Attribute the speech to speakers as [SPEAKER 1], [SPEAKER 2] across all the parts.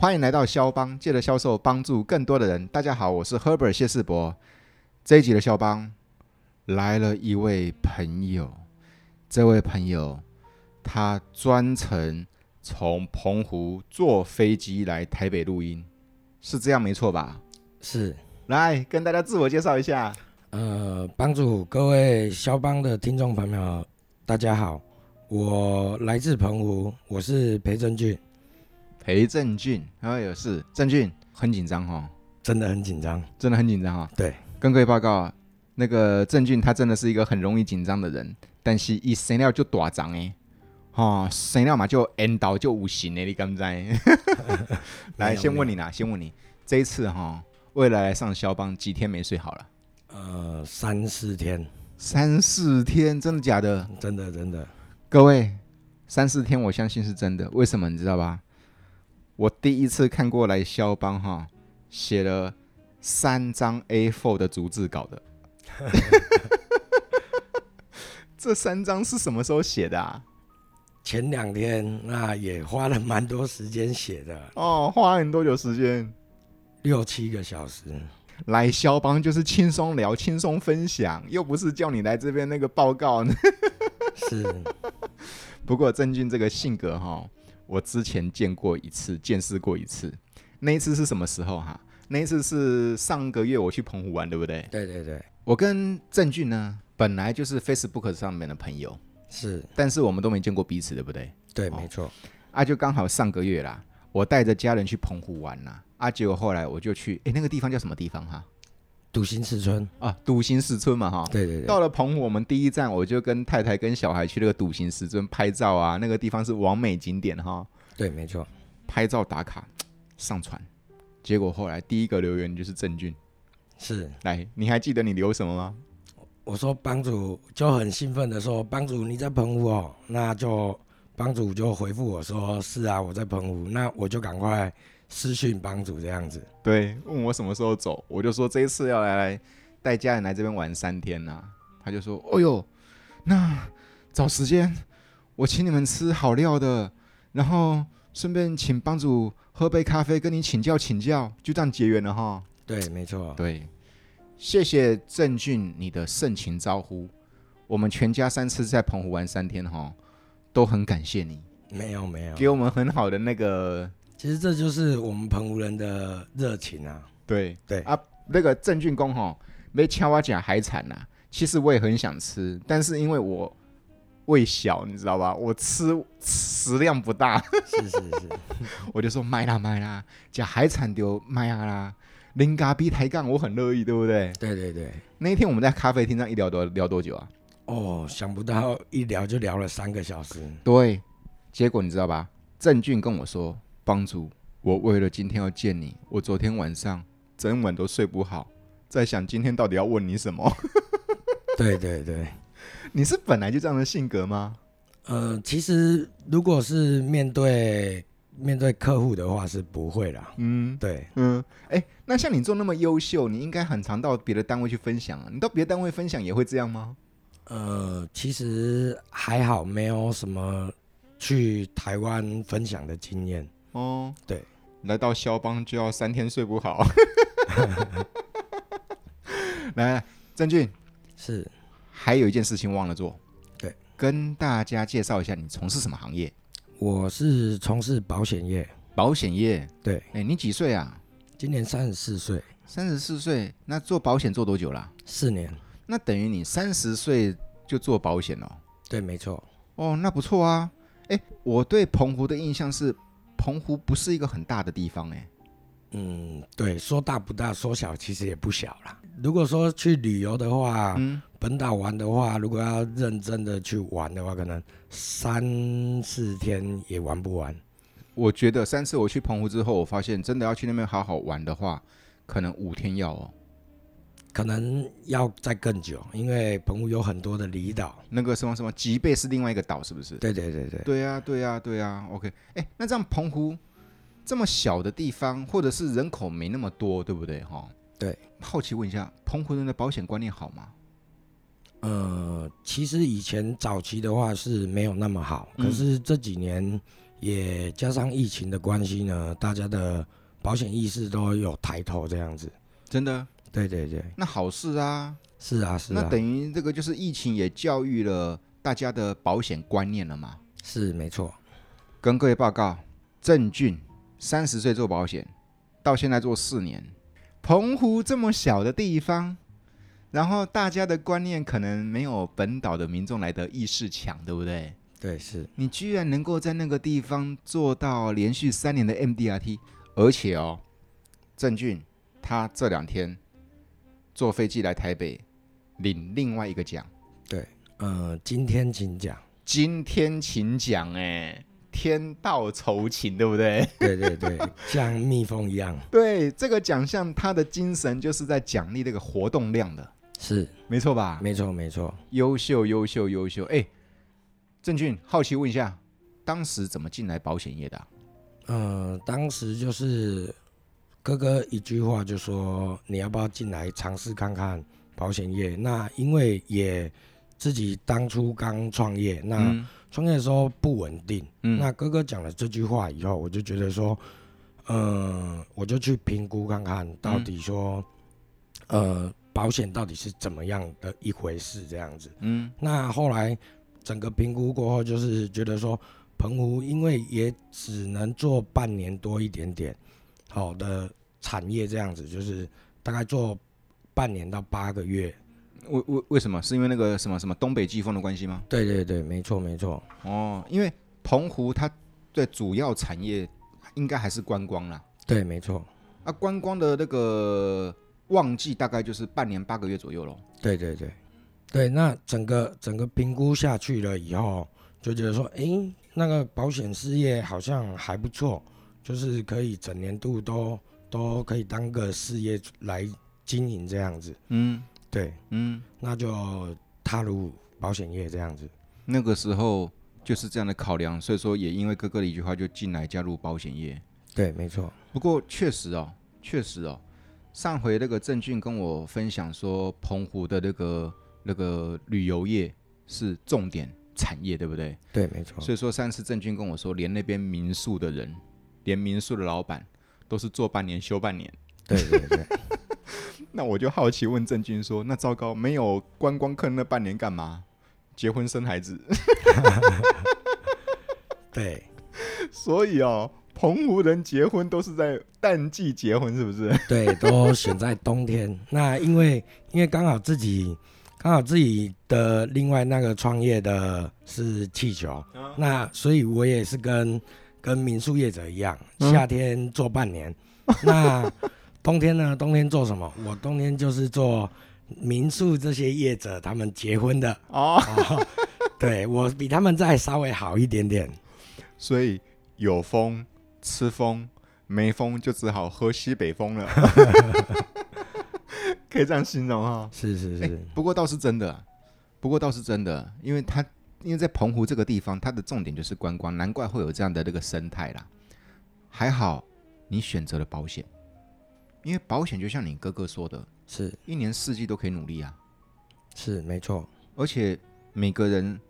[SPEAKER 1] 欢迎来到肖邦，借着销售帮助更多的人。大家好，我是 Herbert 谢世博。这一集的肖邦来了一位朋友，这位朋友他专程从澎湖坐飞机来台北录音，是这样没错吧？
[SPEAKER 2] 是，
[SPEAKER 1] 来跟大家自我介绍一下。
[SPEAKER 2] 呃，帮助各位肖邦的听众朋友，大家好，我来自澎湖，我是裴正俊，
[SPEAKER 1] 裴正俊，哎呦是正俊，很紧张哦，
[SPEAKER 2] 真的很紧张。
[SPEAKER 1] 真的很紧张哦。
[SPEAKER 2] 对，
[SPEAKER 1] 跟各位报告，那个郑俊他真的是一个很容易紧张的人，但是一生了就大张哎，哦，生了嘛就 N 到就五行的，你敢不 知？来，先问
[SPEAKER 2] 你，
[SPEAKER 1] 你啦，先问你，这一次哈、为了来上肖邦，几天没睡好了？
[SPEAKER 2] 呃，三四天，
[SPEAKER 1] 三四天，真的假的？
[SPEAKER 2] 真的真的，
[SPEAKER 1] 各位，三四天我相信是真的，为什么你知道吧？我第一次看过来肖邦哈，写了三张 A4 的逐字稿的， 这三张是什么时候写的啊？
[SPEAKER 2] 前两天那也花了蛮多时间写的，
[SPEAKER 1] 哦，花很多久时间？
[SPEAKER 2] 六七个小时。
[SPEAKER 1] 来肖邦就是轻松聊、轻松分享，又不是叫你来这边那个报告。
[SPEAKER 2] 是，
[SPEAKER 1] 不过郑钧这个性格哈，我之前见过一次，见识过一次。那一次是什么时候哈？那一次是上个月我去澎湖玩，对不对？
[SPEAKER 2] 对对对，
[SPEAKER 1] 我跟郑钧呢，本来就是 Facebook 上面的朋友，
[SPEAKER 2] 是
[SPEAKER 1] 但是我们都没见过彼此，对不对？
[SPEAKER 2] 对，
[SPEAKER 1] 哦
[SPEAKER 2] 没错，
[SPEAKER 1] 啊，就刚好上个月啦，我带着家人去澎湖玩啦，啊，结果后来我就去，诶，那个地方叫什么地方哈？
[SPEAKER 2] 笃行四村。
[SPEAKER 1] 啊，笃行石村嘛哈。
[SPEAKER 2] 对对对，
[SPEAKER 1] 到了澎湖，我们第一站我就跟太太跟小孩去那个笃行石村拍照啊，那个地方是完美景点哈。
[SPEAKER 2] 对没错。
[SPEAKER 1] 拍照打卡上传，结果后来第一个留言就是郑钧。
[SPEAKER 2] 是，
[SPEAKER 1] 来，你还记得你留什么吗？
[SPEAKER 2] 我说帮主就很兴奋的说，帮主你在澎湖哦，那就帮主就回复我说是啊，我在澎湖，那我就赶快私讯帮主这样子。
[SPEAKER 1] 对，问我什么时候走，我就说这一次要来来带家人来这边玩三天呐、他就说：“哦呦，那找时间我请你们吃好料的，然后顺便请帮主喝杯咖啡，跟你请教请教，就这样结缘了哈。”
[SPEAKER 2] 对，没错，
[SPEAKER 1] 对，谢谢郑俊你的盛情招呼。我们全家三次在澎湖玩三天哈，都很感谢你，
[SPEAKER 2] 没有没有，
[SPEAKER 1] 给我们很好的那个
[SPEAKER 2] 其实这就是我们澎湖人的热情啊。
[SPEAKER 1] 对
[SPEAKER 2] 对
[SPEAKER 1] 啊，那个郑俊公哈，没敲我讲海产呐、其实我也很想吃，但是因为我胃小，你知道吧，我吃食量不大，
[SPEAKER 2] 是是是，
[SPEAKER 1] 我就说买啦买啦，讲海产就买啊啦，零咖比抬杠我很乐意，对不对？
[SPEAKER 2] 对对对。
[SPEAKER 1] 那一天我们在咖啡厅上一聊多聊多久啊？
[SPEAKER 2] 哦，想不到一聊就聊了三个小时。
[SPEAKER 1] 对，结果你知道吧？郑俊跟我说，帮主，我为了今天要见你，我昨天晚上整晚都睡不好，在想今天到底要问你什么。
[SPEAKER 2] 对对对，
[SPEAKER 1] 你是本来就这样的性格吗？
[SPEAKER 2] 呃，其实如果是面对面对客户的话是不会啦。
[SPEAKER 1] 嗯
[SPEAKER 2] 对，
[SPEAKER 1] 嗯，哎，那像你做那么优秀，你应该很常到别的单位去分享啊。你到别的单位分享也会这样吗？
[SPEAKER 2] 呃，其实还好，没有什么去台湾分享的经验。
[SPEAKER 1] 哦，
[SPEAKER 2] 对，
[SPEAKER 1] 来到肖邦就要三天睡不好。 来来，郑俊，
[SPEAKER 2] 是，
[SPEAKER 1] 还有一件事情忘了做，
[SPEAKER 2] 对，
[SPEAKER 1] 跟大家介绍一下你从事什么行业？
[SPEAKER 2] 我是从事保险业，
[SPEAKER 1] 保险业。
[SPEAKER 2] 对，
[SPEAKER 1] 哎，你几岁啊？
[SPEAKER 2] 今年三十四岁，
[SPEAKER 1] 三十四岁。那做保险做多久啦？
[SPEAKER 2] 四年。
[SPEAKER 1] 那等于你三十岁就做保险哦。
[SPEAKER 2] 对，没错，
[SPEAKER 1] 哦，那不错啊。哎，我对澎湖的印象是，澎湖不是一个很大的地方哎。
[SPEAKER 2] 嗯，对，说大不大，说小其实也不小啦。如果说去旅游的话，
[SPEAKER 1] 嗯，
[SPEAKER 2] 本岛玩的话，如果要认真的去玩的话，可能三四天也玩不完。
[SPEAKER 1] 我觉得三次我去澎湖之后，我发现真的要去那边好好玩的话，可能五天要哦。
[SPEAKER 2] 可能要再更久，因为澎湖有很多的离岛。
[SPEAKER 1] 那个什么什么吉贝是另外一个岛，是不是？
[SPEAKER 2] 对对对对，
[SPEAKER 1] 对呀、对呀、对呀、OK，哎，那这样澎湖这么小的地方，或者是人口没那么多，对不对？哈、
[SPEAKER 2] 对。
[SPEAKER 1] 好奇问一下，澎湖人的保险观念好吗？
[SPEAKER 2] 呃，其实以前早期的话是没有那么好，
[SPEAKER 1] 嗯
[SPEAKER 2] 可是这几年也加上疫情的关系呢，大家的保险意识都有抬头这样子。
[SPEAKER 1] 真的，
[SPEAKER 2] 对对对，
[SPEAKER 1] 那好事啊，
[SPEAKER 2] 是啊是
[SPEAKER 1] 那
[SPEAKER 2] 啊，
[SPEAKER 1] 等于这个就是疫情也教育了大家的保险观念了嘛。
[SPEAKER 2] 是没错。
[SPEAKER 1] 跟各位报告，郑俊三十岁做保险，到现在做四年，澎湖这么小的地方，然后大家的观念可能没有本岛的民众来的意识强，对不对？
[SPEAKER 2] 对，是
[SPEAKER 1] 你居然能够在那个地方做到连续三年的 MDRT，而且哦，郑俊他这两天坐飞机来台北领另外一个奖，
[SPEAKER 2] 呃，今天请讲。
[SPEAKER 1] 今天请奖哎，天道酬勤，对不对？
[SPEAKER 2] 对对 对，像蜜蜂一样，
[SPEAKER 1] 对，这个奖项它的精神就是在奖励这个活动量的，
[SPEAKER 2] 是
[SPEAKER 1] 没错吧？
[SPEAKER 2] 没错没错。
[SPEAKER 1] 优秀，优秀，优秀！哎，郑俊，好奇问一下，当时怎么进来保险业的啊、
[SPEAKER 2] 呃，当时就是哥哥一句话就说你要不要进来尝试看看保险业？那因为也自己当初刚创业，那
[SPEAKER 1] 嗯
[SPEAKER 2] 创业的时候不稳定。
[SPEAKER 1] 嗯
[SPEAKER 2] 那哥哥讲了这句话以后，我就觉得说，呃，我就去评估看看到底说，呃，保险到底是怎么样的一回事这样子。
[SPEAKER 1] 嗯
[SPEAKER 2] 那后来整个评估过后，就是觉得说，澎湖因为也只能做半年多一点点，好的产业这样子，就是大概做半年到八个月。
[SPEAKER 1] 为为为什么？是因为那个什么什么东北季风的关系吗？
[SPEAKER 2] 对对对，没错没错，
[SPEAKER 1] 哦，因为澎湖它的主要产业应该还是观光啦。
[SPEAKER 2] 对没错，
[SPEAKER 1] 啊，观光的那个旺季大概就是半年八个月左右咯。
[SPEAKER 2] 对对对，对。那整个整个评估下去了以后，就觉得说，诶，那个保险事业好像还不错，就是可以整年度都都可以当个事业来经营这样子。
[SPEAKER 1] 嗯
[SPEAKER 2] 对，
[SPEAKER 1] 嗯，
[SPEAKER 2] 那就踏入保险业这样子。
[SPEAKER 1] 那个时候就是这样的考量，所以说也因为哥哥的一句话就进来加入保险业。
[SPEAKER 2] 对，没错，
[SPEAKER 1] 不过确实哦，确实哦，上回那个郑俊跟我分享说，澎湖的那个那个旅游业是重点产业，对不对？
[SPEAKER 2] 对，没错，
[SPEAKER 1] 所以说上次郑钧跟我说，连那边民宿的人，连民宿的老板都是做半年休半年。
[SPEAKER 2] 对对对，
[SPEAKER 1] 那我就好奇问郑钧说：“那糟糕，没有观光客那半年干嘛？结婚生孩子？
[SPEAKER 2] 对，
[SPEAKER 1] 所以哦，澎湖人结婚都是在淡季结婚，是不是？
[SPEAKER 2] 对，都选在冬天。那因为因为刚好自己刚好自己的另外那个创业的是气球，那所以我也是跟跟民宿业者一样，
[SPEAKER 1] 嗯
[SPEAKER 2] 夏天做半年，那冬天呢？冬天做什么？我冬天就是做民宿这些业者他们结婚的。
[SPEAKER 1] 哦，
[SPEAKER 2] 哦，对我比他们再稍微好一点点。
[SPEAKER 1] 所以有风吃风，没风就只好喝西北风了， 可以这样形容哈、
[SPEAKER 2] 是是是，
[SPEAKER 1] 不过倒是真的，啊不过倒是真的，啊因为它因为在澎湖这个地方，它的重点就是观光，难怪会有这样的那个生态啦。还好你选择了保险，因为保险就像你哥哥说的，
[SPEAKER 2] 是
[SPEAKER 1] 一年四季都可以努力啊，
[SPEAKER 2] 是没错，
[SPEAKER 1] 而且每个人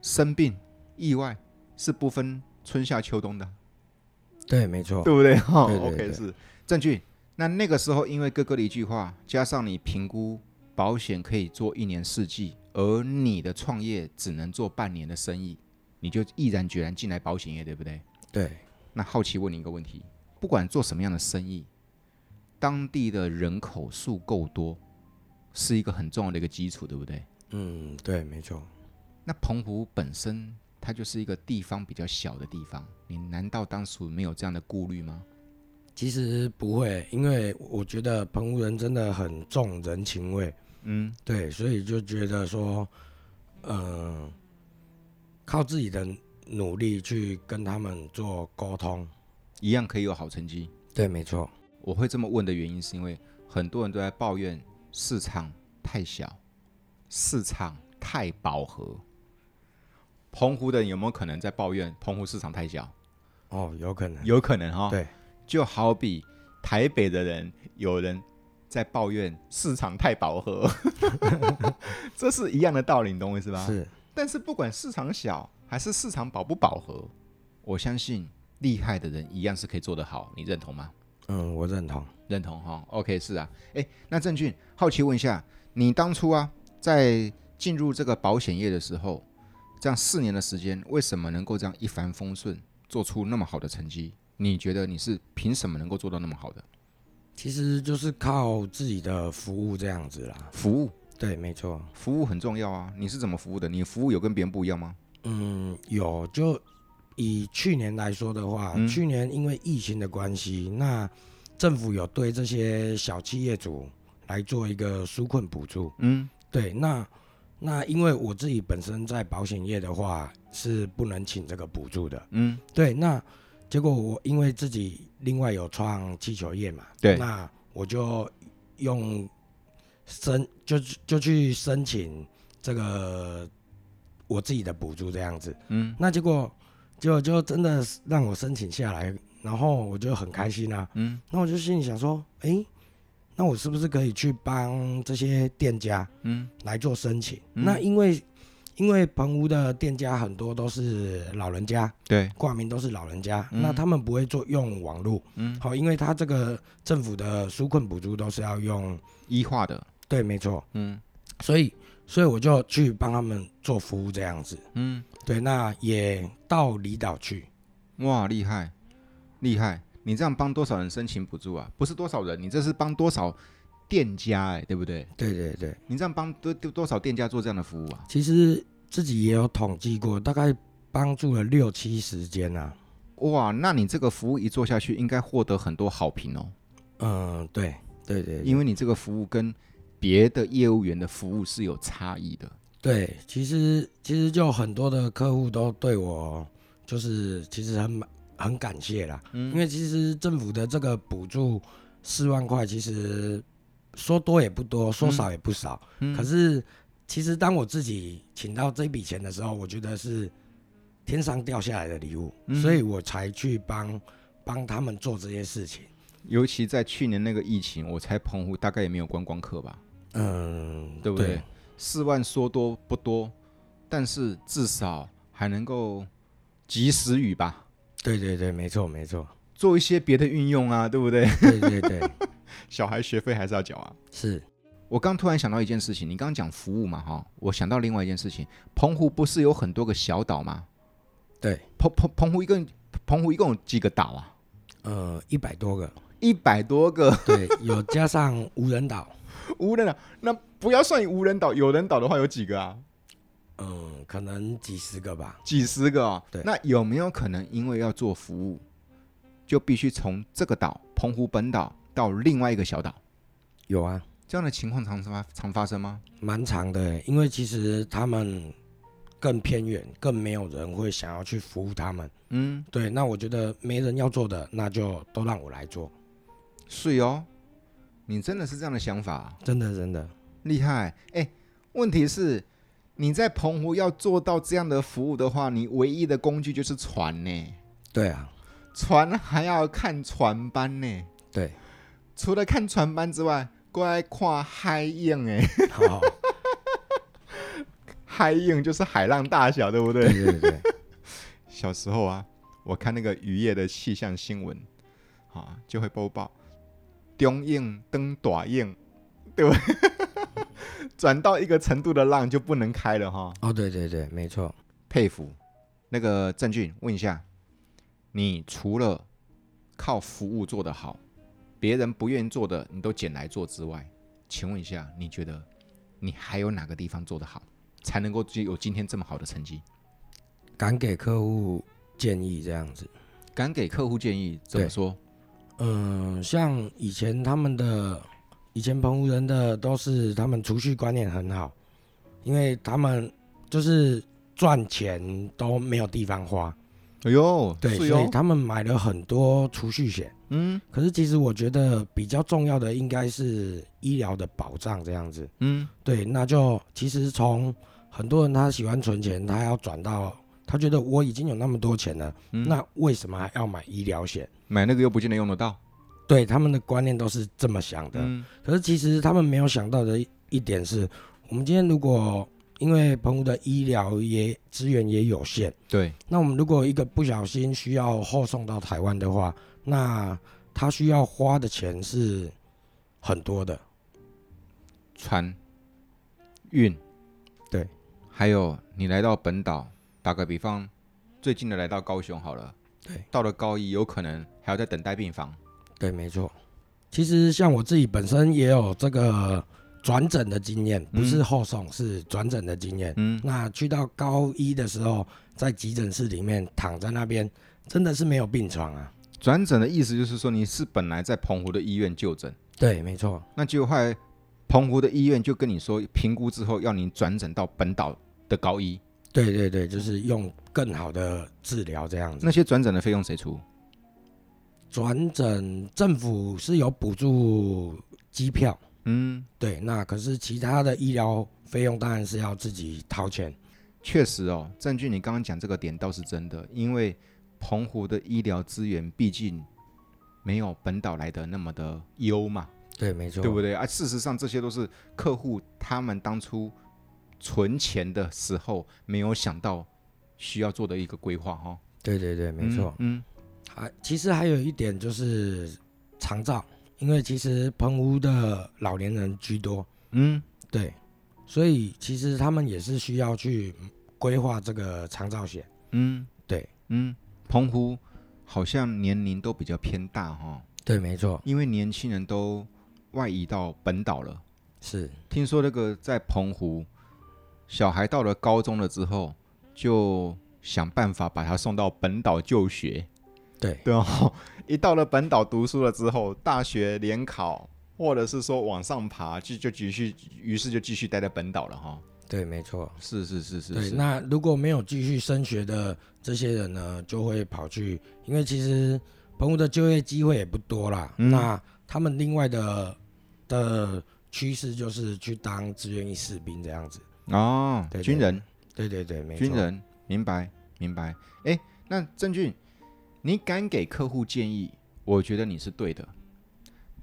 [SPEAKER 1] 生病意外是不分春夏秋冬的，
[SPEAKER 2] 对没错，
[SPEAKER 1] 对不 对？哈、
[SPEAKER 2] 哦对
[SPEAKER 1] o
[SPEAKER 2] 对
[SPEAKER 1] k
[SPEAKER 2] 对
[SPEAKER 1] 是证据。那那个时候，因为哥哥的一句话，加上你评估保险可以做一年四季，而你的创业只能做半年的生意，你就毅然决然进来保险业，对不对？
[SPEAKER 2] 对
[SPEAKER 1] 那好奇问你一个问题：不管做什么样的生意，当地的人口数够多，是一个很重要的一个基础，对不对？
[SPEAKER 2] 嗯对没错。
[SPEAKER 1] 那澎湖本身它就是一个地方比较小的地方，你难道当时没有这样的顾虑吗？
[SPEAKER 2] 其实不会，因为我觉得澎湖人真的很重人情味，
[SPEAKER 1] 嗯，
[SPEAKER 2] 对，所以就觉得说，嗯、靠自己的努力去跟他们做沟通。
[SPEAKER 1] 一样可以有好成绩。
[SPEAKER 2] 对，没错，
[SPEAKER 1] 我会这么问的原因，是因为很多人都在抱怨市场太小，市场太饱和。澎湖的人有没有可能在抱怨澎湖市场太小？
[SPEAKER 2] 哦，有可能，
[SPEAKER 1] 有啊可能哈、
[SPEAKER 2] 对，
[SPEAKER 1] 就好比台北的人，有人在抱怨市场太饱和，这是一样的道理，你懂我意思吧？
[SPEAKER 2] 是
[SPEAKER 1] 但是不管市场小还是市场饱不饱和，我相信厉害的人一样是可以做得好，你认同吗？
[SPEAKER 2] 嗯，我认同。
[SPEAKER 1] 认同哈、OK，是啊。诶，那郑俊，好奇问一下，你当初啊在进入这个保险业的时候，这样四年的时间，为什么能够这样一帆风顺，做出那么好的成绩？你觉得你是凭什么能够做到那么好的
[SPEAKER 2] 其实就是靠自己的服务这样子啦。
[SPEAKER 1] 服务？
[SPEAKER 2] 对，没错。
[SPEAKER 1] 服务很重要啊！你是怎么服务的？你服务有跟别人不一样吗？
[SPEAKER 2] 嗯，有就以去年来说的话，
[SPEAKER 1] 嗯
[SPEAKER 2] 去年因为疫情的关系，那政府有对这些小企业主来做一个纾困补助。
[SPEAKER 1] 嗯，
[SPEAKER 2] 对，那那因为我自己本身在保险业的话是不能请这个补助的。
[SPEAKER 1] 嗯，
[SPEAKER 2] 对，那结果我因为自己另外有创气球业嘛，
[SPEAKER 1] 对
[SPEAKER 2] 那我就用申就就去申请这个我自己的补助这样子，
[SPEAKER 1] 嗯，
[SPEAKER 2] 那结果结果就真的是让我申请下来，然后我就很开心啊，
[SPEAKER 1] 嗯，
[SPEAKER 2] 那我就心里想说，诶，那我是不是可以去帮这些店家，
[SPEAKER 1] 嗯，
[SPEAKER 2] 来做申请？
[SPEAKER 1] 嗯
[SPEAKER 2] 那因为因为澎湖的店家很多都是老人家，
[SPEAKER 1] 对，
[SPEAKER 2] 挂名都是老人家，
[SPEAKER 1] 嗯
[SPEAKER 2] 那他们不会做用网络，
[SPEAKER 1] 嗯，
[SPEAKER 2] 好，因为他这个政府的纾困补助都是要用，
[SPEAKER 1] 医化的，
[SPEAKER 2] 对，没错，
[SPEAKER 1] 嗯
[SPEAKER 2] 所以所以我就去帮他们做服务这样子，
[SPEAKER 1] 嗯，
[SPEAKER 2] 对，那也到离岛去，
[SPEAKER 1] 哇，厉害，厉害！你这样帮多少人申请补助啊？不是多少人，你这是帮多少店家哎、对不对？
[SPEAKER 2] 对对对，
[SPEAKER 1] 你这样帮多多多少店家做这样的服务啊？
[SPEAKER 2] 其实自己也有统计过，大概帮助了六七十间啊，
[SPEAKER 1] 哇，那你这个服务一做下去，应该获得很多好评哦，
[SPEAKER 2] 嗯，对对对对
[SPEAKER 1] 因为你这个服务跟别的业务员的服务是有差异的。
[SPEAKER 2] 对，其实其实就很多的客户都对我就是其实很满很感谢啦，因
[SPEAKER 1] 嗯
[SPEAKER 2] 为其实政府的这个补助四万块，其实说多也不多，
[SPEAKER 1] 嗯
[SPEAKER 2] 说少也不少。可是其实当我自己请到这笔钱的时候，我觉得是天上掉下来的礼物，
[SPEAKER 1] 嗯
[SPEAKER 2] 所以我才去帮帮他们做这些事情。
[SPEAKER 1] 尤其在去年那个疫情，我猜澎湖大概也没有观光客吧，
[SPEAKER 2] 嗯，
[SPEAKER 1] 对不对？四万说多不多，但是至少还能够及时雨吧。
[SPEAKER 2] 对对对，没错没错，
[SPEAKER 1] 做一些别的运用啊，对不对？
[SPEAKER 2] 对对对，
[SPEAKER 1] 小孩学费还是要缴啊。
[SPEAKER 2] 是
[SPEAKER 1] 我刚突然想到一件事情，你刚刚讲服务嘛，哈，我想到另外一件事情，澎湖不是有很多个小岛吗？
[SPEAKER 2] 对，
[SPEAKER 1] 澎澎澎湖一共澎湖一共有几个岛啊？
[SPEAKER 2] 呃一百多个，
[SPEAKER 1] 一百多个
[SPEAKER 2] 对，有加上无人 岛，
[SPEAKER 1] 无人岛，那不要算无人岛，有人岛的话有几个啊？
[SPEAKER 2] 嗯，可能几十个吧。
[SPEAKER 1] 几十个哦。
[SPEAKER 2] 对
[SPEAKER 1] 那有没有可能因为要做服务，就必须从这个岛澎湖本岛到另外一个小岛？
[SPEAKER 2] 有啊，
[SPEAKER 1] 这样的情况常发常发生吗？
[SPEAKER 2] 蛮长的欸，因为其实他们更偏远，更没有人会想要去服务他们。
[SPEAKER 1] 嗯，
[SPEAKER 2] 对，那我觉得没人要做的，那就都让我来做。
[SPEAKER 1] 是哦，你真的是这样的想法、啊，
[SPEAKER 2] 真的，真的，
[SPEAKER 1] 厉害！哎，问题是你在澎湖要做到这样的服务的话，你唯一的工具就是船呢，
[SPEAKER 2] 对 啊，
[SPEAKER 1] 船还要看船班呢。
[SPEAKER 2] 对，
[SPEAKER 1] 除了看船班之外，过来看海影哎，
[SPEAKER 2] 好，
[SPEAKER 1] 海影就是海浪大小，对不对
[SPEAKER 2] 对？对对，
[SPEAKER 1] 小时候啊，我看那个渔业的气象新闻，啊，就会播报中硬登短硬，对 吧？转到一个程度的浪就不能开了哈。
[SPEAKER 2] 哦，对对对，没错。
[SPEAKER 1] 佩服。那个郑俊，问一下，你除了靠服务做得好，别人不愿意做的你都捡来做之外，请问一下，你觉得你还有哪个地方做得好，才能够有今天这么好的成绩？
[SPEAKER 2] 敢给客户建议这样子，
[SPEAKER 1] 敢给客户建议怎么
[SPEAKER 2] 对
[SPEAKER 1] 说？
[SPEAKER 2] 嗯，像以前他们的，以前澎湖人的都是他们储蓄观念很好，因为他们就是赚钱都没有地方花，
[SPEAKER 1] 哎呦，
[SPEAKER 2] 对，
[SPEAKER 1] 是
[SPEAKER 2] 所以
[SPEAKER 1] 哟
[SPEAKER 2] 他们买了很多储蓄险。
[SPEAKER 1] 嗯
[SPEAKER 2] 可是其实我觉得比较重要的应该是医疗的保障这样子。
[SPEAKER 1] 嗯
[SPEAKER 2] 对，那就其实从很多人他喜欢存钱，他要转到他觉得我已经有那么多钱了，
[SPEAKER 1] 嗯，
[SPEAKER 2] 那为什么还要买医疗险？
[SPEAKER 1] 买那个又不见得用得到。
[SPEAKER 2] 对，他们的观念都是这么想的。
[SPEAKER 1] 嗯
[SPEAKER 2] 可是其实他们没有想到的一一点是，我们今天如果因为澎湖的医疗也资源也有限，
[SPEAKER 1] 对，
[SPEAKER 2] 那我们如果一个不小心需要后送到台湾的话，那他需要花的钱是很多的。
[SPEAKER 1] 船运，
[SPEAKER 2] 对，
[SPEAKER 1] 还有你来到本岛，打个比方，最近的来到高雄好了，
[SPEAKER 2] 对，
[SPEAKER 1] 到了高一有可能还要在等待病房，
[SPEAKER 2] 对，没错。其实像我自己本身也有这个转诊的经验，不是后送，是转诊的经验。
[SPEAKER 1] 嗯，
[SPEAKER 2] 那去到高一的时候，在急诊室里面躺在那边，真的是没有病床啊。
[SPEAKER 1] 转诊的意思就是说你是本来在澎湖的医院就诊，
[SPEAKER 2] 对，没错，
[SPEAKER 1] 那结果后来澎湖的医院就跟你说，评估之后要你转诊到本岛的高一，
[SPEAKER 2] 对对对，就是用更好的治疗这样子。
[SPEAKER 1] 那些转诊的费用谁出？
[SPEAKER 2] 转诊政府是有补助机票，
[SPEAKER 1] 嗯，
[SPEAKER 2] 对，那可是其他的医疗费用当然是要自己掏钱。
[SPEAKER 1] 确实哦，郑俊，你刚刚讲这个点倒是真的，因为澎湖的医疗资源毕竟没有本岛来的那么的优嘛，
[SPEAKER 2] 对，没错，
[SPEAKER 1] 对不对啊？事实上，这些都是客户他们当初存钱的时候没有想到需要做的一个规划哈、哦。
[SPEAKER 2] 对对对，没错。
[SPEAKER 1] 嗯，
[SPEAKER 2] 还其实还有一点就是长照，因为其实澎湖的老年人居多，
[SPEAKER 1] 嗯嗯，
[SPEAKER 2] 对，所以其实他们也是需要去规划这个长照险。
[SPEAKER 1] 嗯，
[SPEAKER 2] 对，
[SPEAKER 1] 嗯，澎湖好像年龄都比较偏大哈、哦，
[SPEAKER 2] 对，没错，
[SPEAKER 1] 因为年轻人都外移到本岛了。
[SPEAKER 2] 是
[SPEAKER 1] 听说那个在澎湖，小孩到了高中了之后，就想办法把他送到本岛就学。
[SPEAKER 2] 对
[SPEAKER 1] 对哦，一到了本岛读书了之后，大学联考或者是说往上爬，就就继续，于是就继续待在本岛了哈、
[SPEAKER 2] 对，没错。
[SPEAKER 1] 是是是是
[SPEAKER 2] 对，
[SPEAKER 1] 是，
[SPEAKER 2] 那如果没有继续升学的这些人呢，就会跑去，因为其实澎湖的就业机会也不多啦。
[SPEAKER 1] 嗯
[SPEAKER 2] 那他们另外的的趋势就是去当志愿役士兵这样子。
[SPEAKER 1] 哦，
[SPEAKER 2] 对对
[SPEAKER 1] 军人
[SPEAKER 2] 对对对，没错。
[SPEAKER 1] 军人，明白明白。哎，那郑俊，你敢给客户建议，我觉得你是对的。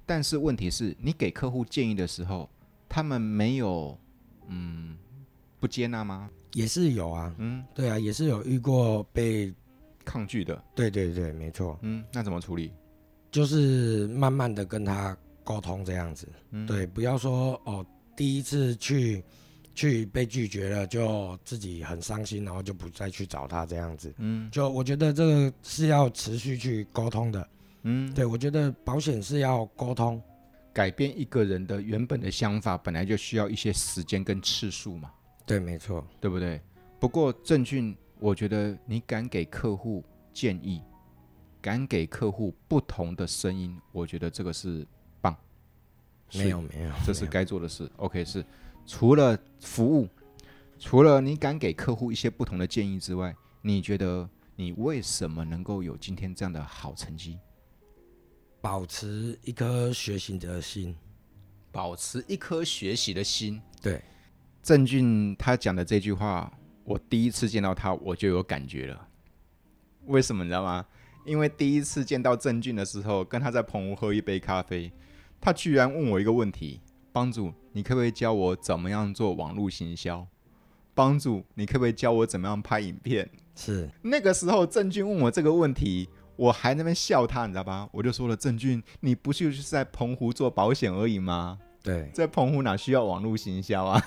[SPEAKER 1] 但是问题是你给客户建议的时候，他们没有嗯不接纳吗？
[SPEAKER 2] 也是有啊，
[SPEAKER 1] 嗯，
[SPEAKER 2] 对啊，也是有遇过被，
[SPEAKER 1] 抗拒的。
[SPEAKER 2] 对对对，没错，
[SPEAKER 1] 嗯，那怎么处理？
[SPEAKER 2] 就是慢慢的跟他沟通这样子。
[SPEAKER 1] 嗯，，
[SPEAKER 2] 对，不要说哦，第一次去去被拒绝了，就自己很伤心，然后就不再去找他这样子。
[SPEAKER 1] 嗯
[SPEAKER 2] 就我觉得这个是要持续去沟通的。
[SPEAKER 1] 嗯，
[SPEAKER 2] 对，我觉得保险是要沟通。
[SPEAKER 1] 改变一个人的原本的想法，本来就需要一些时间跟次数嘛。
[SPEAKER 2] 对，没错，
[SPEAKER 1] 对不对？不过郑俊，我觉得你敢给客户建议，敢给客户不同的声音，我觉得这个是棒。
[SPEAKER 2] 没有，没有，
[SPEAKER 1] 这是
[SPEAKER 2] 没有
[SPEAKER 1] 该做的事。OK，是除了服务，除了你敢给客户一些不同的建议之外，你觉得你为什么能够有今天这样的好成绩？
[SPEAKER 2] 保持一颗学习的心。
[SPEAKER 1] 保持一颗学习的心。
[SPEAKER 2] 对，
[SPEAKER 1] 郑俊他讲的这句话，我第一次见到他我就有感觉了。为什么你知道吗？因为第一次见到郑俊的时候，跟他在澎湖喝一杯咖啡，他居然问我一个问题：帮主，你可不可以教我怎么样做网络行销？帮主，你可不可以教我怎么样拍影片？
[SPEAKER 2] 是
[SPEAKER 1] 那个时候郑俊问我这个问题，我还那边笑他，你知道吧？我就说了，郑俊，你不就是在澎湖做保险而已吗？
[SPEAKER 2] 对，
[SPEAKER 1] 在澎湖哪需要网络行销啊？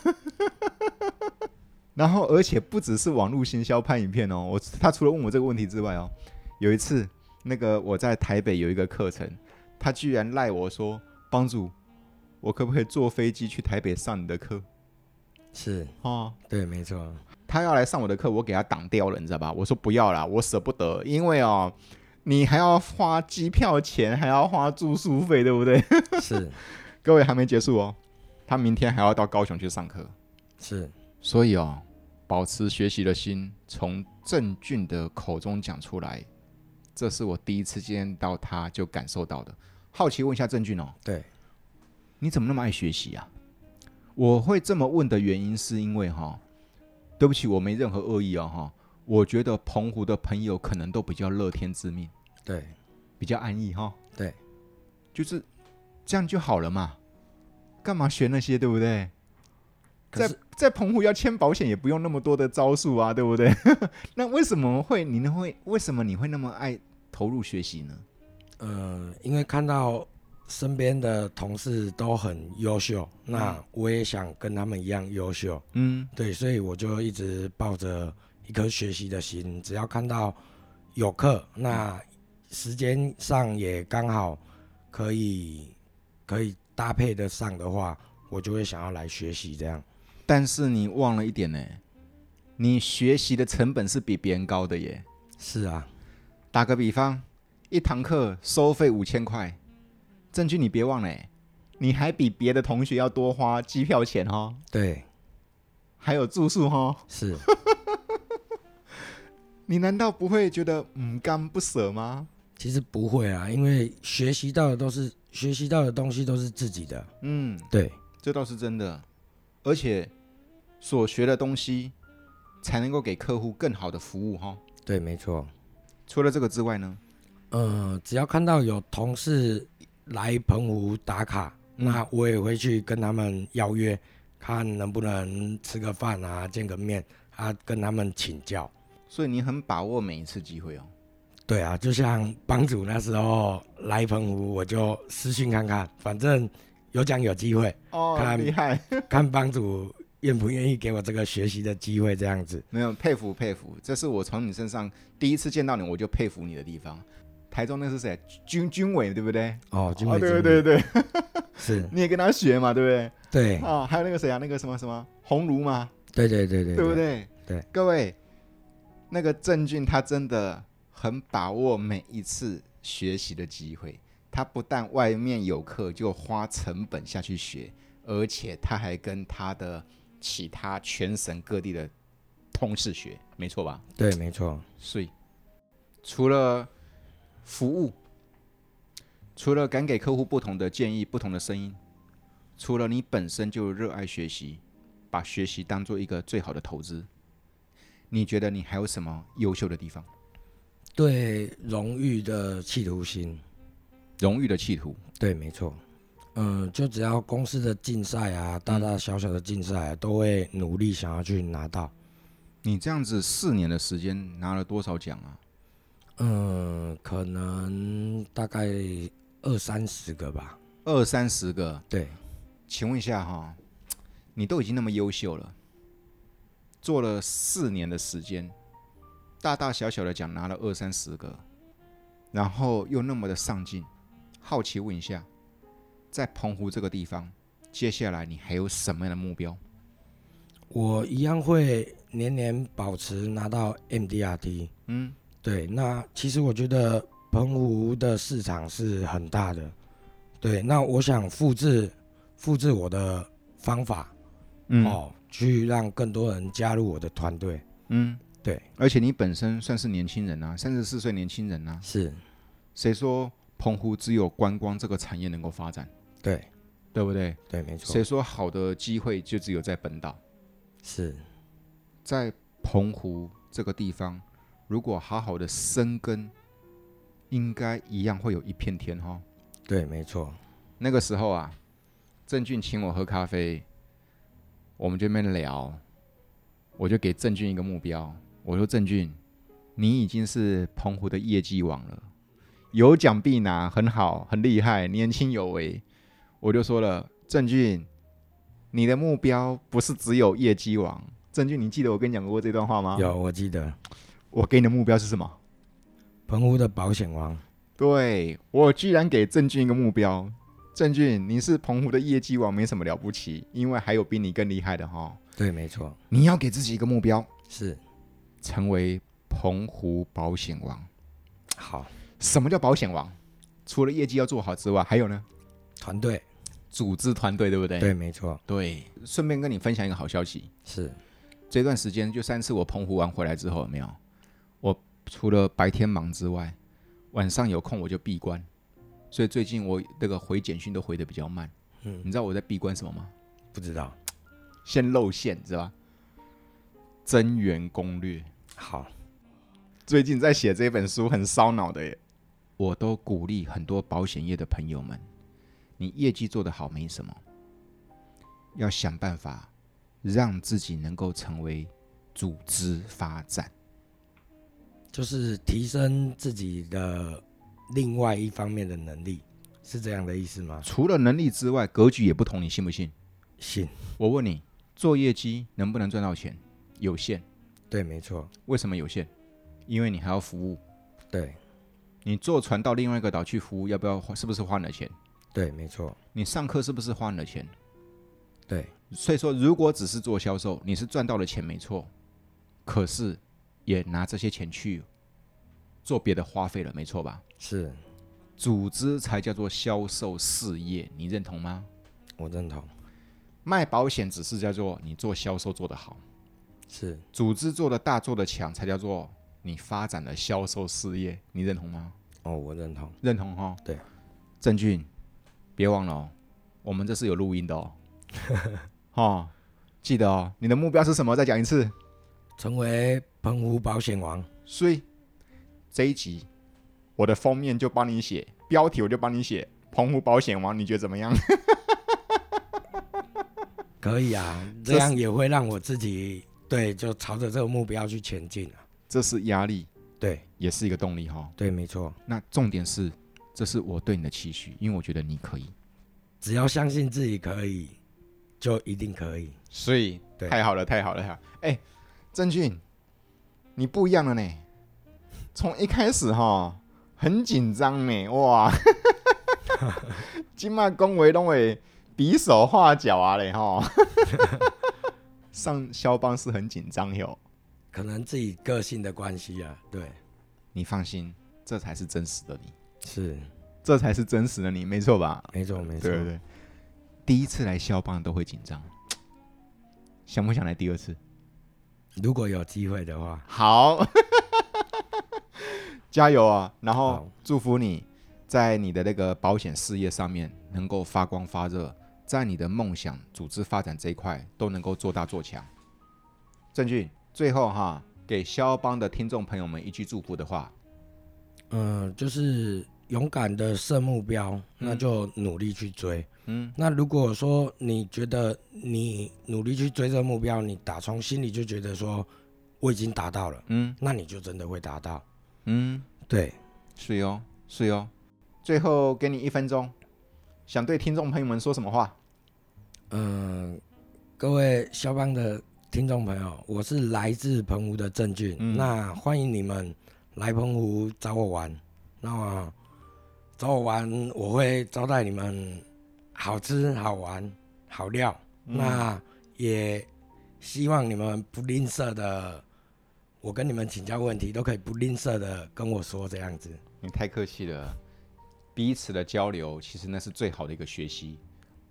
[SPEAKER 1] 然后，而且不只是网络行销拍影片哦，我他除了问我这个问题之外哦，有一次那个我在台北有一个课程，他居然赖我说，帮主，我可不可以坐飞机去台北上你的课？
[SPEAKER 2] 是，
[SPEAKER 1] 哦，
[SPEAKER 2] 对，没错，
[SPEAKER 1] 他要来上我的课，我给他挡掉了，你知道吧？我说不要啦，我舍不得，因为哦，你还要花机票钱，还要花住宿费，对不对？
[SPEAKER 2] 是
[SPEAKER 1] 各位还没结束哦，他明天还要到高雄去上课，
[SPEAKER 2] 是，
[SPEAKER 1] 所以哦，保持学习的心，从郑俊的口中讲出来，这是我第一次见到他就感受到的。好奇问一下郑俊哦，
[SPEAKER 2] 对，
[SPEAKER 1] 你怎么那么爱学习啊？我会这么问的原因是因为哈、哦对不起，我没任何恶意哦哈、我觉得澎湖的朋友可能都比较乐天知命，
[SPEAKER 2] 对，
[SPEAKER 1] 比较安逸哈、哦
[SPEAKER 2] 对，
[SPEAKER 1] 就是这样就好了嘛，干嘛学那些对不对？
[SPEAKER 2] 可
[SPEAKER 1] 在
[SPEAKER 2] 是
[SPEAKER 1] 在澎湖要签保险也不用那么多的招数啊，对不对？ 那为什么会你会为什么你会那么爱投入学习呢？
[SPEAKER 2] 呃，因为看到身边的同事都很优秀，那我也想跟他们一样优秀，
[SPEAKER 1] 嗯
[SPEAKER 2] 对，所以我就一直抱着一颗学习的心，只要看到有课，那时间上也刚好可以可以搭配得上的话，我就会想要来学习这样。
[SPEAKER 1] 但是你忘了一点呢，你学习的成本是比别人高的耶。
[SPEAKER 2] 是啊，
[SPEAKER 1] 打个比方，一堂课收费五千块，证据你别忘了耶，你还比别的同学要多花机票钱哦，
[SPEAKER 2] 对，
[SPEAKER 1] 还有住宿哦。
[SPEAKER 2] 是
[SPEAKER 1] 你难道不会觉得嗯甘不舍吗？
[SPEAKER 2] 其实不会啊，因为学习到的都是学习到的东西都是自己的，
[SPEAKER 1] 嗯，
[SPEAKER 2] 对，
[SPEAKER 1] 这倒是真的，而且所学的东西才能够给客户更好的服务哈、
[SPEAKER 2] 对，没错。
[SPEAKER 1] 除了这个之外呢，
[SPEAKER 2] 呃，只要看到有同事来澎湖打卡，
[SPEAKER 1] 嗯
[SPEAKER 2] 那我也会去跟他们邀约，看能不能吃个饭啊，见个面啊，跟他们请教。
[SPEAKER 1] 所以你很把握每一次机会哦。
[SPEAKER 2] 对啊，就像帮主那时候来澎湖，我就私讯看看，反正有奖有机会，
[SPEAKER 1] 哦，
[SPEAKER 2] 看
[SPEAKER 1] 厉害！
[SPEAKER 2] 看帮主愿不愿意给我这个学习的机会，这样子。
[SPEAKER 1] 没有佩服佩服，这是我从你身上第一次见到你，我就佩服你的地方。台中那是谁？啊军军委对不对？
[SPEAKER 2] 哦，君
[SPEAKER 1] 哦，
[SPEAKER 2] 伟，
[SPEAKER 1] 对对对对，
[SPEAKER 2] 是，
[SPEAKER 1] 你也跟他学嘛，对不对？
[SPEAKER 2] 对，
[SPEAKER 1] 啊、还有那个谁啊，那个什么什么鸿儒嘛，
[SPEAKER 2] 对对对对
[SPEAKER 1] 对不？对？
[SPEAKER 2] 对，
[SPEAKER 1] 各位，那个郑俊他真的很把握每一次学习的机会。他不但外面有课就花成本下去学，而且他还跟他的其他全省各地的同事学，没错吧？
[SPEAKER 2] 对，没错。
[SPEAKER 1] 所以，除了服务，除了敢给客户不同的建议、不同的声音，除了你本身就热爱学习，把学习当做一个最好的投资，你觉得你还有什么优秀的地方？
[SPEAKER 2] 对荣誉的企图心。
[SPEAKER 1] 荣誉的企图，
[SPEAKER 2] 对，没错。嗯，就只要公司的竞赛啊，大大小小的竞赛、啊都会努力想要去拿到。
[SPEAKER 1] 你这样子四年的时间拿了多少奖啊？
[SPEAKER 2] 嗯，可能大概二三十个吧。
[SPEAKER 1] 二三十个。
[SPEAKER 2] 对，
[SPEAKER 1] 请问一下哈、你都已经那么优秀了，做了四年的时间，大大小小的奖拿了二三十个，然后又那么的上进，好奇问一下，在澎湖这个地方，接下来你还有什么样的目标？
[SPEAKER 2] 我一样会年年保持拿到 MDRT。
[SPEAKER 1] 嗯，
[SPEAKER 2] 对，那其实我觉得澎湖的市场是很大的。对，那我想复制复制我的方法、
[SPEAKER 1] 嗯
[SPEAKER 2] 哦，去让更多人加入我的团队。
[SPEAKER 1] 嗯，
[SPEAKER 2] 对，
[SPEAKER 1] 而且你本身算是年轻人啊，三十四岁年轻人啊，
[SPEAKER 2] 是，
[SPEAKER 1] 谁说澎湖只有观光这个产业能够发展，
[SPEAKER 2] 对，
[SPEAKER 1] 对不对？
[SPEAKER 2] 对，没错
[SPEAKER 1] 谁，说好的机会就只有在本岛？
[SPEAKER 2] 是，
[SPEAKER 1] 在澎湖这个地方，如果好好的生根，应该一样会有一片天哈、
[SPEAKER 2] 对，没错，
[SPEAKER 1] 那个时候啊，郑俊请我喝咖啡，我们这边聊，我就给郑俊一个目标，我说郑俊，你已经是澎湖的业绩王了，有奖必拿，很好，很厉害，年轻有为。我就说了，郑俊，你的目标不是只有业绩王。郑俊，你记得我跟你讲过这段话吗？
[SPEAKER 2] 有，我记得
[SPEAKER 1] 我给你的目标是什么？
[SPEAKER 2] 澎湖的保险王，
[SPEAKER 1] 对我居然给郑俊一个目标，郑俊，你是澎湖的业绩王，没什么了不起，因为还有比你更厉害的哈、
[SPEAKER 2] 对，没错，
[SPEAKER 1] 你要给自己一个目标，
[SPEAKER 2] 是，
[SPEAKER 1] 成为澎湖保险王。
[SPEAKER 2] 好，
[SPEAKER 1] 什么叫保险王？除了业绩要做好之外，还有呢，
[SPEAKER 2] 团队，
[SPEAKER 1] 组织团队，对不对？
[SPEAKER 2] 对，没错，
[SPEAKER 1] 对顺便跟你分享一个好消息，
[SPEAKER 2] 是，
[SPEAKER 1] 这段时间就三次我澎湖玩回来之后，有没有？我除了白天忙之外，晚上有空我就闭关，所以最近我那个回简讯都回的比较慢。
[SPEAKER 2] 嗯
[SPEAKER 1] 你知道我在闭关什么吗？
[SPEAKER 2] 不知道，
[SPEAKER 1] 先露馅，知道吧？增援攻略，
[SPEAKER 2] 好，
[SPEAKER 1] 最近在写这本书，很烧脑的耶。我都鼓励很多保险业的朋友们，你业绩做得好没什么，要想办法让自己能够成为组织发展。
[SPEAKER 2] 就是提升自己的另外一方面的能力，是这样的意思吗？
[SPEAKER 1] 除了能力之外，格局也不同，你信不信？
[SPEAKER 2] 信，
[SPEAKER 1] 我问你，做业绩能不能赚到钱？有限。
[SPEAKER 2] 对，没错，
[SPEAKER 1] 为什么有限？因为你还要服务。
[SPEAKER 2] 对，
[SPEAKER 1] 你坐船到另外一个岛去服务，要不要花？是不是花你的钱？
[SPEAKER 2] 对，没错，
[SPEAKER 1] 你上课是不是花你的钱？
[SPEAKER 2] 对，
[SPEAKER 1] 所以说，如果只是做销售，你是赚到了钱没错，可是也拿这些钱去做别的花费了，没错吧？
[SPEAKER 2] 是
[SPEAKER 1] 组织才叫做销售事业，你认同吗？
[SPEAKER 2] 我认同，
[SPEAKER 1] 卖保险只是叫做你做销售做得好，
[SPEAKER 2] 是
[SPEAKER 1] 组织做得大做得强才叫做你发展了销售事业，你认同吗？
[SPEAKER 2] 哦，我认同，
[SPEAKER 1] 认同哈？
[SPEAKER 2] 对，
[SPEAKER 1] 郑俊，别忘了哦，我们这是有录音的哦，哦，记得哦，你的目标是什么？再讲一次。
[SPEAKER 2] 成为澎湖保险王，
[SPEAKER 1] 所以这一集我的封面就帮你写，标题我就帮你写“澎湖保险王”，你觉得怎么样？
[SPEAKER 2] 可以啊，
[SPEAKER 1] 这
[SPEAKER 2] 这样也会让我自己对，就朝着这个目标去前进啊，
[SPEAKER 1] 这是压力，
[SPEAKER 2] 对，
[SPEAKER 1] 也是一个动力哈、
[SPEAKER 2] 对，没错，
[SPEAKER 1] 那重点是，这是我对你的期许，因为我觉得你可以。
[SPEAKER 2] 只要相信自己可以，就一定可以，
[SPEAKER 1] 所以
[SPEAKER 2] 对
[SPEAKER 1] 太好了，太好了，太好了！哎，郑俊，你不一样了呢。从一开始哈，很紧张呢，哇，今麦恭维拢会比手画脚啊嘞哈。上肖邦是很紧张哟，
[SPEAKER 2] 可能自己个性的关系啊，对，
[SPEAKER 1] 你放心，这才是真实的你，
[SPEAKER 2] 是，
[SPEAKER 1] 这才是真实的你，没错吧？
[SPEAKER 2] 没错，没错
[SPEAKER 1] 对，对对，第一次来肖邦都会紧张，想不想来第二次？
[SPEAKER 2] 如果有机会的话，
[SPEAKER 1] 好，加油啊！然后
[SPEAKER 2] 好
[SPEAKER 1] 祝福你在你的那个保险事业上面能够发光发热，在你的梦想、组织发展这一块都能够做大做强。郑俊，最后哈，给肖邦的听众朋友们一句祝福的话，
[SPEAKER 2] 嗯，就是勇敢的设目标，那就努力去追。
[SPEAKER 1] 嗯，
[SPEAKER 2] 那如果说你觉得你努力去追这个目标，你打从心里就觉得说我已经达到了，
[SPEAKER 1] 嗯
[SPEAKER 2] 那你就真的会达到。
[SPEAKER 1] 嗯，
[SPEAKER 2] 对，
[SPEAKER 1] 是哦，是哦。最后给你一分钟，想对听众朋友们说什么话？
[SPEAKER 2] 嗯，各位肖邦的听众朋友，我是来自澎湖的郑俊，
[SPEAKER 1] 嗯
[SPEAKER 2] 那欢迎你们来澎湖找我玩。那么找我玩，我会招待你们好吃、好玩、好料。那也希望你们不吝啬的，我跟你们请教问题都可以不吝啬的跟我说这样子。
[SPEAKER 1] 你太客气了，彼此的交流其实那是最好的一个学习，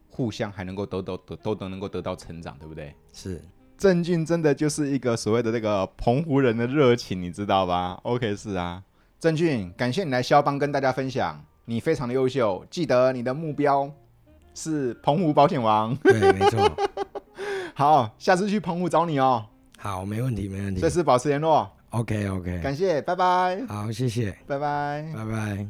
[SPEAKER 1] 互相还能够都都都都都能够得到成长，对不对？
[SPEAKER 2] 是，
[SPEAKER 1] 郑俊真的就是一个所谓的那个澎湖人的热情，你知道吧？OK，是啊，郑俊，感谢你来肖邦跟大家分享，你非常的优秀，记得你的目标是澎湖保险王，
[SPEAKER 2] 对，没错。
[SPEAKER 1] 好，下次去澎湖找你哦，
[SPEAKER 2] 好，没问题，没 问题
[SPEAKER 1] 随。时保持联络，
[SPEAKER 2] OK，OK。
[SPEAKER 1] 感谢，拜拜，
[SPEAKER 2] 好，谢谢，
[SPEAKER 1] 拜拜。
[SPEAKER 2] 拜拜。